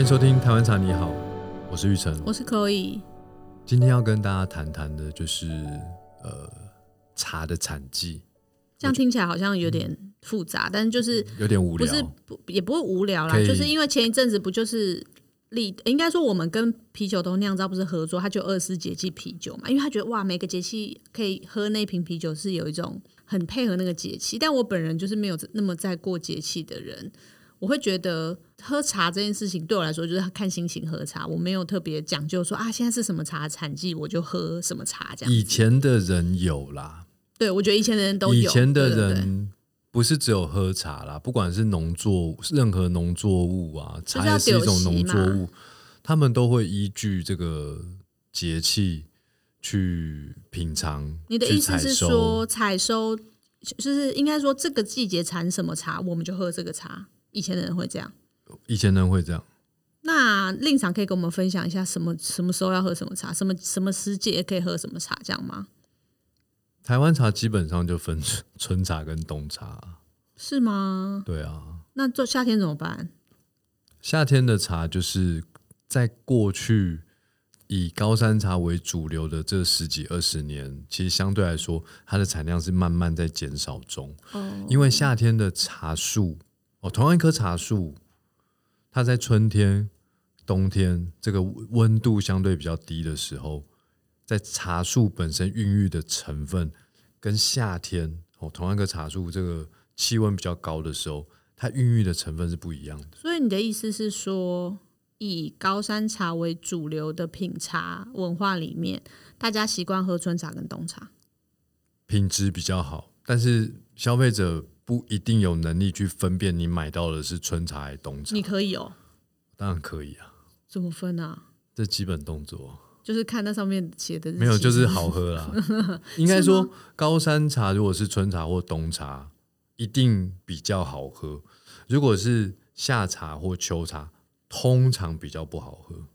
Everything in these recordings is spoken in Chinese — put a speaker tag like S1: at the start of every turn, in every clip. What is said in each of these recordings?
S1: 迎收听《台湾茶你好》，我是玉成。
S2: 我是可以，
S1: 今天要跟大家谈谈的就是呃茶的产季，
S2: 这样听起来好像有点复杂，但是就是
S1: 有点嗯无
S2: 不
S1: 聊。
S2: 是不也不会无聊啦，
S1: 可以
S2: 就是因为前一阵子不就是立，应该说我们跟啤酒都酿造不是合作，他就二十四节气啤酒嘛，因为他觉得哇每个节气可以喝那瓶啤酒是有一种很配合那个节气，但我本人就是没有那么在过节气的人。我会觉得喝茶这件事情对我来说就是看心情喝茶，我没有特别讲究说啊，现在是什么茶产季我就喝什么茶这样。
S1: 以前的人有啦，
S2: 对，我觉得以前的人都有，
S1: 以前的
S2: 对对对
S1: 人不是只有喝茶啦，不管是农作物，任何农作物啊，
S2: 就是
S1: 茶也
S2: 要
S1: 是一种
S2: 酒席
S1: 农作物
S2: 嘛，
S1: 他们都会依据这个节气去品尝。
S2: 你的
S1: 去
S2: 意思
S1: 采
S2: 是
S1: 收
S2: 说，采收就是应该说这个季节产什么茶，我们就喝这个茶。以前的人会这样。
S1: 以前人会这样？
S2: 那令长可以跟我们分享一下，什么什么时候要喝什么茶，什么什么时节可以喝什么茶，这样吗？
S1: 台湾茶基本上就分春茶跟冬茶，
S2: 是吗？
S1: 对啊，
S2: 那做夏天怎么办？
S1: 夏天的茶就是在过去以高山茶为主流的这十几二十年，其实相对来说，它的产量是慢慢在减少中。
S2: 哦，
S1: 因为夏天的茶树，哦，同样一棵茶树，它在春天、冬天这个温度相对比较低的时候，在茶树本身孕育的成分，跟夏天哦，同样一棵茶树这个气温比较高的时候，它孕育的成分是不一样的。
S2: 所以你的意思是说，以高山茶为主流的品茶文化里面，大家习惯喝春茶跟冬茶。
S1: 品质比较好，但是消费者不一定有能力去分辨你买到的是春茶还是冬茶
S2: 你。可以哦，
S1: 当然可以啊，
S2: 怎么分啊？
S1: 这基本动作啊
S2: 就是看那上面写的日期
S1: 没有就是好喝 啦。应该说，高山茶如果是春茶或冬茶，一定比较好喝；如果是夏茶或秋茶，通常比较不好喝。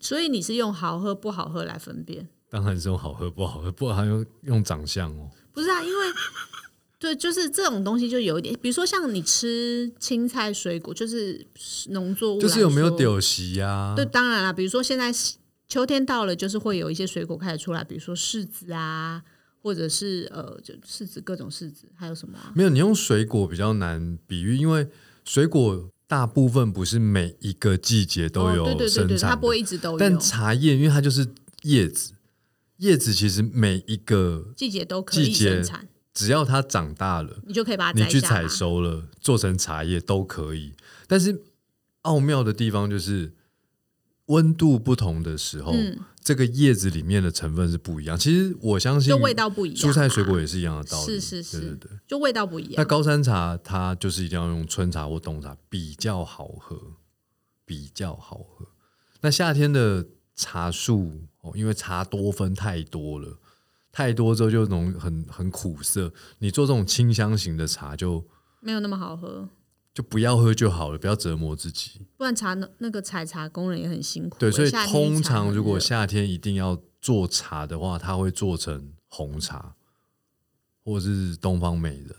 S2: 所以你是用好喝不好喝来分辨？
S1: 当然是用好喝不好喝，不然还用用长相哦。
S2: 不是啊，因为对，就是这种东西就有一点，比如说像你吃青菜水果，就是农作物来说，
S1: 就是有没有丢席啊呀？
S2: 对，当然啦，比如说现在秋天到了，就是会有一些水果开始出来，比如说柿子啊，或者是呃，就柿子各种柿子，还有什么、啊？
S1: 没有，你用水果比较难比喻，因为水果大部分不是每一个季节都有
S2: 哦、对对对
S1: 生
S2: 对，
S1: 产的、
S2: 它不会一直都有
S1: 但，茶叶，因为它就是叶子，叶子其实每一个
S2: 季节都可以
S1: 季节
S2: 生产，
S1: 只要它长大了，
S2: 你就可以把它
S1: 你
S2: 摘
S1: 去
S2: 下
S1: 采
S2: 来。
S1: 收了，做成茶叶都可以。但是奥妙的地方就是温度不同的时候，
S2: 嗯
S1: 这个叶子里面的成分是不一样。其实我相信
S2: 就味道不一样啊
S1: 蔬菜水果也是一样的道理。
S2: 是是是
S1: 对对对。
S2: 就味道不一
S1: 那
S2: 样，
S1: 高山茶它就是一定要用春茶或冬茶比较好喝，比较好喝。那夏天的茶树哦，因为茶多酚太多了，太多之后就那种很很苦涩。你做这种清香型的茶就
S2: 没有那么好喝。
S1: 就不要喝就好了，不要折磨自己。
S2: 不然茶农那个采茶工人也很辛苦欸。
S1: 对，所以
S2: 夏天
S1: 通
S2: 茶很
S1: 常
S2: 热
S1: 如果夏天一定要做茶的话，它会做成红茶，或是东方美人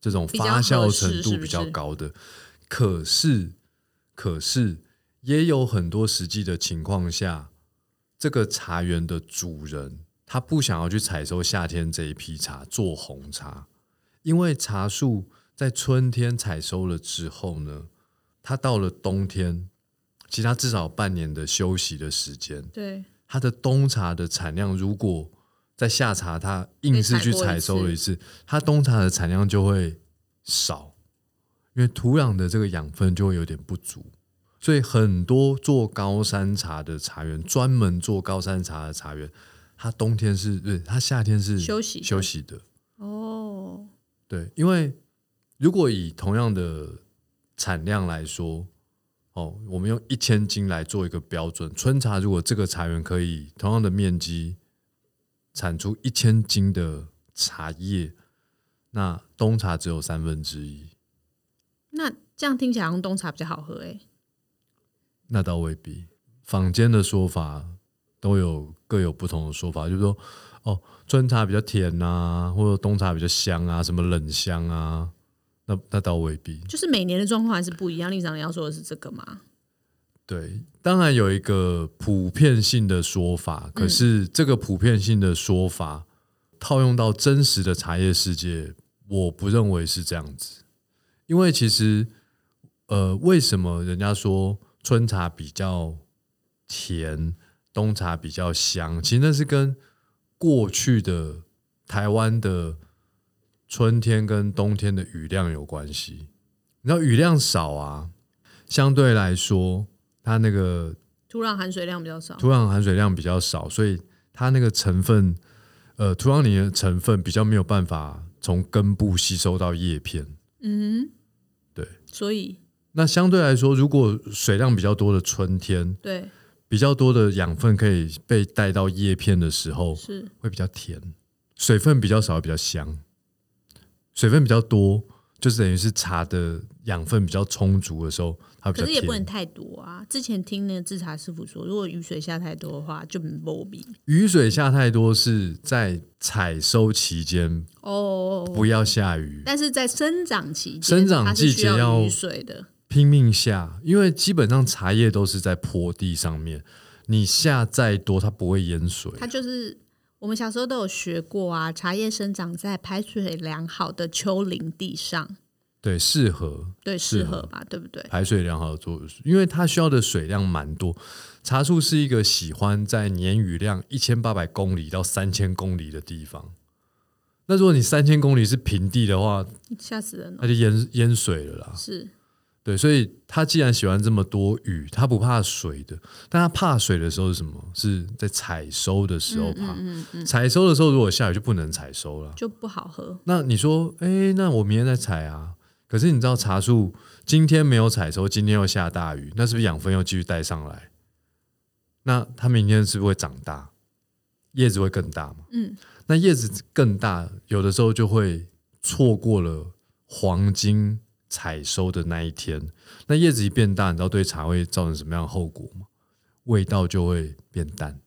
S1: 这种发酵程度比较高的。可是，可是也有很多实际的情况下，这个茶园的主人他不想要去采收夏天这一批茶做红茶，因为茶树在春天采收了之后呢，它到了冬天，其实它至少有半年的休息的时间，
S2: 对
S1: 它的冬茶的产量如果在夏茶它硬是去采收了一次，它冬茶的产量就会少，因为土壤的这个养分就会有点不足。所以很多做高山茶的茶园，专门做高山茶的茶园，它冬天是，不是它夏天是
S2: 休息的
S1: 休息的，
S2: 哦，
S1: 对，因为如果以同样的产量来说，哦，我们用一千斤来做一个标准，春茶如果这个茶园可以同样的面积产出一千斤的茶叶，那冬茶只有三分之一，
S2: 那这样听起来好像冬茶比较好喝哎。
S1: 那倒未必。坊间的说法都有各有不同的说法，就是说，哦，春茶比较甜啊，或者冬茶比较香啊，什么冷香啊，那那倒未必。
S2: 就是每年的状况还是不一样。令长你要说的是这个吗？
S1: 对，当然有一个普遍性的说法，可是这个普遍性的说法、套用到真实的茶叶世界，我不认为是这样子。因为其实，呃，为什么人家说春茶比较甜，冬茶比较香？其实那是跟过去的台湾的春天跟冬天的雨量有关系。你知道雨量少啊，相对来说，它那个
S2: 土壤含水量比较少，
S1: 土壤含水量比较少，所以它那个成分，呃，土壤里的成分比较没有办法从根部吸收到叶片。
S2: 嗯哼，
S1: 对，
S2: 所以
S1: 那相对来说，如果水量比较多的春天，
S2: 对
S1: 比较多的养分可以被带到叶片的时候，
S2: 是
S1: 会比较甜；水分比较少，比较香。水分比较多，就是等于是茶的养分比较充足的时候，它比
S2: 可
S1: 较
S2: 是也不能
S1: 甜。
S2: 太多啊。之前听那个制茶师傅说，如果雨水下太多的话，就没比
S1: 雨水下太多是在采收期间，
S2: 哦。
S1: 不要下雨，
S2: 但是在生长期间，
S1: 生长
S2: 它是
S1: 季
S2: 需
S1: 节要
S2: 雨水的，
S1: 拼命下，因为基本上茶叶都是在坡地上面，你下再多它不会淹水。
S2: 它就是我们小时候都有学过啊，茶叶生长在排水良好的丘陵地上，
S1: 对，适合
S2: 对，
S1: 适
S2: 适
S1: 合
S2: 合吧，对不对？
S1: 排水良好的作物，因为它需要的水量蛮多。茶树是一个喜欢在年雨量一千八百公里到三千公里的地方。那如果你三千公里是平地的话，
S2: 吓死人了，哦
S1: 那就淹淹水了啦。
S2: 是
S1: 对，所以它既然喜欢这么多雨，它不怕水的，但它怕水的时候是什么？是在采收的时候怕。采收的时候如果下雨就不能采收了。
S2: 就不好喝，
S1: 那你说，哎、那我明天再采啊？可是你知道茶树今天没有采收，今天又下大雨，那是不是养分又继续带上来？那它明天是不是会长大？叶子会更大嘛？
S2: 嗯，
S1: 那叶子更大，有的时候就会错过了黄金采收的那一天。那叶子一变大，你知道对茶会造成什么样的后果吗？味道就会变淡。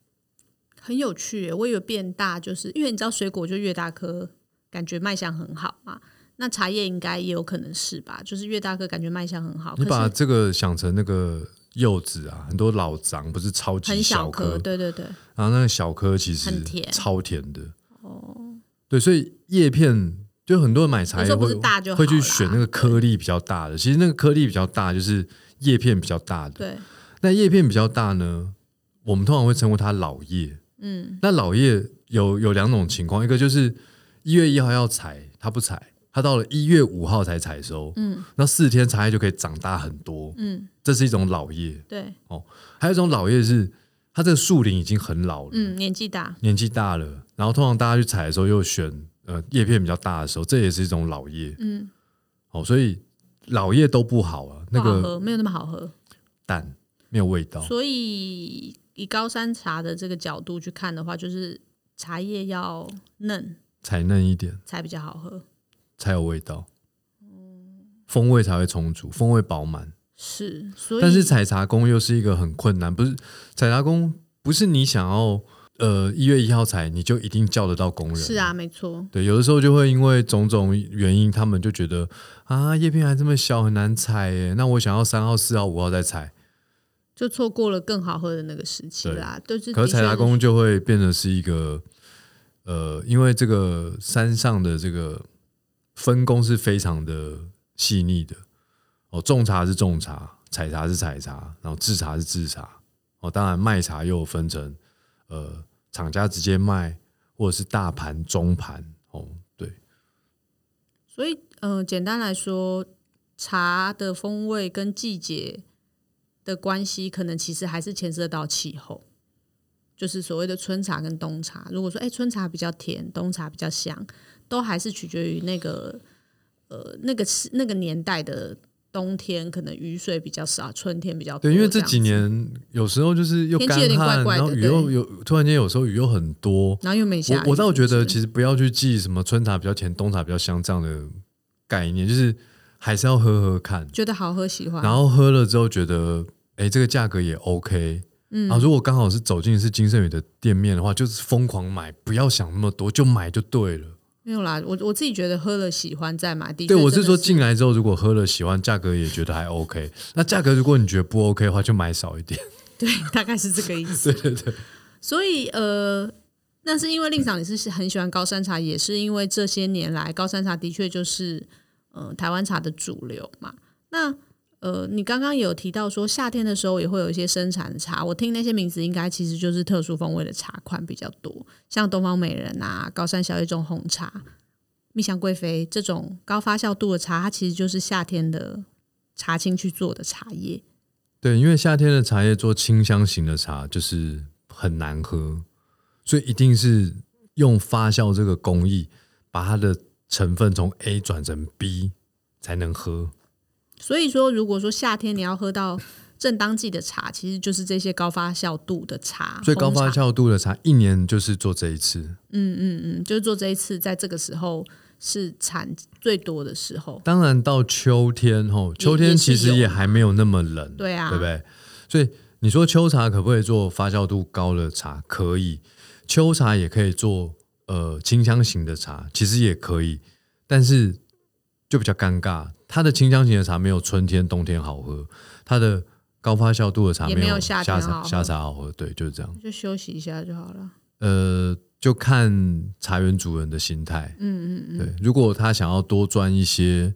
S2: 很有趣耶。我以为变大就是因为你知道水果就越大颗，感觉卖相很好嘛。那茶叶应该也有可能是吧，就是越大颗感觉卖相很好，
S1: 你把
S2: 哦可是
S1: 这个想成那个柚子啊，很多老欉不是超级
S2: 很小
S1: 颗
S2: 颗，，对对对，
S1: 然后那个小颗其实
S2: 很甜
S1: 超甜的。
S2: 哦，
S1: 对，所以叶片就很多人买茶
S2: 有
S1: 叶
S2: 时候不
S1: 会
S2: 是大就好
S1: 会去
S2: 啦
S1: 选那个颗粒比较大的，其实那个颗粒比较大就是叶片比较大的。
S2: 对，
S1: 那叶片比较大呢，我们通常会称呼它老叶。
S2: 嗯，
S1: 那老叶有有两种情况，一个就是一月一号要采，它不采，它到了一月五号才采收，
S2: 嗯，
S1: 那四天茶叶就可以长大很多，
S2: 嗯，
S1: 这是一种老叶。
S2: 对，
S1: 还有一种老叶是它这个树龄已经很老了，
S2: 嗯，年纪大，
S1: 年纪大了，然后通常大家去采的时候又选呃叶片比较大的时候，这也是一种老叶
S2: 嗯，
S1: 哦，所以老叶都不好啊，那
S2: 不好
S1: 个
S2: 喝，没有那么好喝。
S1: 淡没有味道，
S2: 所以以高山茶的这个角度去看的话，就是茶叶要嫩
S1: 采嫩一点
S2: 才比较好喝。
S1: 才有味道，
S2: 嗯
S1: 风味才会充足，风味饱满。
S2: 是，所以
S1: 但是采茶工又是一个很困难，不是采茶工不是你想要呃一月一号采你就一定叫得到工人，
S2: 是啊，没错，
S1: 对，有的时候就会因为种种原因，他们就觉得啊，叶片还这么小，很难采耶。那我想要三号、四号、五号再采，
S2: 就错过了更好喝的那个时期啦。就是
S1: 可
S2: 的
S1: 是
S2: 确
S1: 采
S2: 是
S1: 茶工就会变得是一个呃，因为这个山上的这个分工是非常的细腻的哦，种茶是种茶，采茶是采茶，然后制茶是制茶哦，当然卖茶又有分成呃，厂家直接卖或者是大盘、中盘哦，对。
S2: 所以，呃，简单来说，茶的风味跟季节的关系，可能其实还是牵涉到气候，就是所谓的春茶跟冬茶。如果说，哎、春茶比较甜，冬茶比较香，都还是取决于那个，呃，那个是那个年代的冬天可能雨水比较少，春天比较多。
S1: 对，因为这
S2: 样
S1: 几
S2: 子，
S1: 年有时候就是又
S2: 天
S1: 干
S2: 气有点
S1: 旱，
S2: 怪怪
S1: 然后
S2: 的
S1: 雨
S2: 对
S1: 又有突然间有时候雨又很多。
S2: 然后又没下雨
S1: 我我倒觉得
S2: 是不是
S1: 其实不要去记什么春茶比较甜，冬茶比较香这样的概念，就是还是要喝喝看，
S2: 觉得好喝，喜欢，
S1: 然后喝了之后觉得哎这个价格也 OK。嗯，啊，如果刚好是走进是金圣宇的店面的话，就是疯狂买，不要想那么多，就买就对了。
S2: 没有啦，我我自己觉得喝了喜欢再买。的确
S1: 对，我
S2: 真
S1: 是
S2: 的
S1: 说进来之后，如果喝了喜欢，价格也觉得还 OK。那价格如果你觉得不 OK 的话，就买少一点。
S2: 对，大概是这个意思。对对对。所以呃，那是因为令长你是很喜欢高山茶，也是因为这些年来高山茶的确就是呃台湾茶的主流嘛。那呃，你刚刚有提到说夏天的时候也会有一些生产茶，我听那些名字应该其实就是特殊风味的茶款比较多，像东方美人啊、高山小叶种红茶、蜜香贵妃这种高发酵度的茶，它其实就是夏天的茶青去做的茶叶。
S1: 对，因为夏天的茶叶做清香型的茶就是很难喝，所以一定是用发酵这个工艺，把它的成分从 A 转成 B 才能喝。
S2: 所以说，如果说夏天你要喝到正当季的茶，其实就是这些高发酵度的茶，
S1: 最高发
S2: 啊红茶，
S1: 酵度的茶，一年就是做这一次。
S2: 嗯嗯嗯，就是做这一次，在这个时候是产最多的时候，
S1: 当然到秋天吼，秋天其实也还没有那么冷，
S2: 对啊
S1: 对不对？所以你说秋茶可不可以做发酵度高的茶？可以，秋茶也可以做呃清香型的茶，其实也可以，但是就比较尴尬，它的清香型的茶没有春天、冬天好喝，它的高发酵度的茶
S2: 也
S1: 没
S2: 没有
S1: 夏
S2: 夏
S1: 茶
S2: 天好喝
S1: 夏茶好喝，对，就是这样。
S2: 就休息一下就好了。
S1: 呃，就看茶园主人的心态。
S2: 嗯嗯嗯，
S1: 对，如果他想要多赚一些，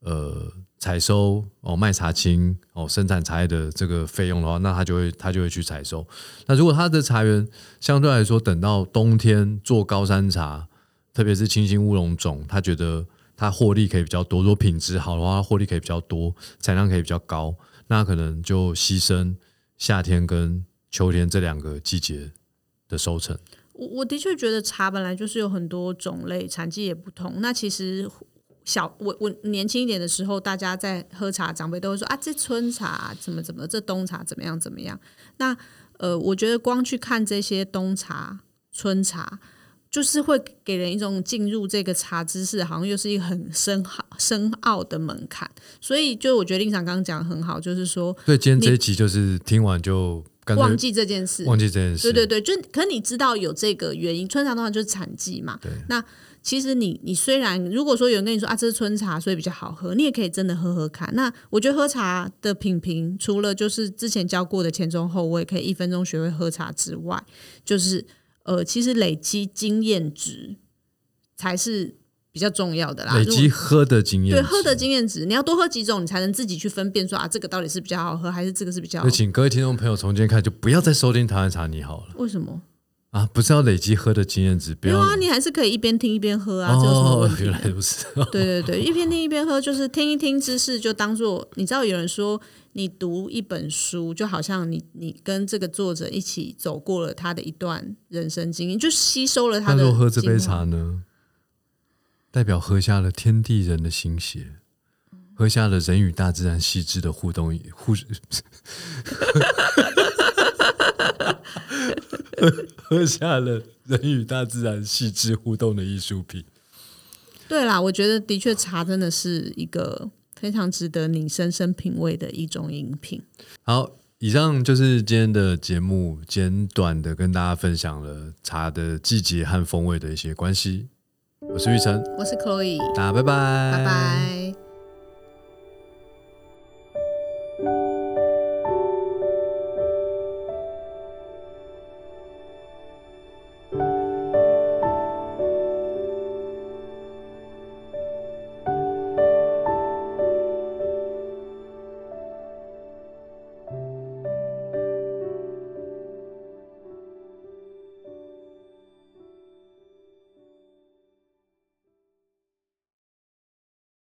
S1: 呃，采收哦卖茶青哦生产茶叶的这个费用的话，那他就会他就会去采收。那如果他的茶园相对来说等到冬天做高山茶，特别是清新乌龙种，他觉得他获利可以比较多，如果品质好的话，它获利可以比较多，产量可以比较高，那可能就牺牲夏天跟秋天这两个季节的收成。
S2: 我我的确觉得茶本来就是有很多种类，产季也不同。那其实小我我年轻一点的时候，大家在喝茶，长辈都会说啊，这春茶怎么怎么，这冬茶怎么样怎么样。那呃，我觉得光去看这些冬茶、春茶，就是会给人一种进入这个茶知识，好像又是一个很深奥深奥的门槛。所以，就我觉得令长刚刚讲得很好，就是说
S1: 所以今天这一集就是听完就干脆
S2: 忘记这件事，
S1: 忘记这件事。
S2: 对对对，就可你知道有这个原因，春茶的话就是产季嘛。那其实你你虽然如果说有人跟你说啊这是春茶，所以比较好喝，你也可以真的喝喝看。那我觉得喝茶的品评，除了就是之前教过的前中后味，可以一分钟学会喝茶之外，就是呃，其实累积经验值才是比较重要的啦。
S1: 累
S2: 如果
S1: 积喝的经验，
S2: 对喝的。经验值，你要多喝几种，你才能自己去分辨说啊这个到底是比较好喝，还是这个是比较好
S1: 所以
S2: 喝。
S1: 请各位听众朋友，从今天开始就不要再收听台湾茶你好了
S2: 为什么？
S1: 啊！不是要累积喝的经验值，不
S2: 没
S1: 要
S2: 有啊，你还是可以一边听一边喝啊，这有什么
S1: 哦
S2: 问题，
S1: 原来如此。
S2: 对对对，一边听一边喝，就是听一听知识，就当做你知道有人说，你读一本书，就好像你你跟这个作者一起走过了他的一段人生经历，就吸收了他
S1: 那
S2: 的。
S1: 如果喝这杯茶，呢，代表喝下了天地人的心血，喝下了人与大自然细致的互动互， 喝下了人与大自然细致互动的艺术品。
S2: 对啦，我觉得的确茶真的是一个非常值得你深深品味的一种饮品。
S1: 好，以上就是今天的节目，简短的跟大家分享了茶的季节和风味的一些关系。我是玉成，
S2: 我是 Chloe，
S1: 大家拜拜，
S2: 拜拜。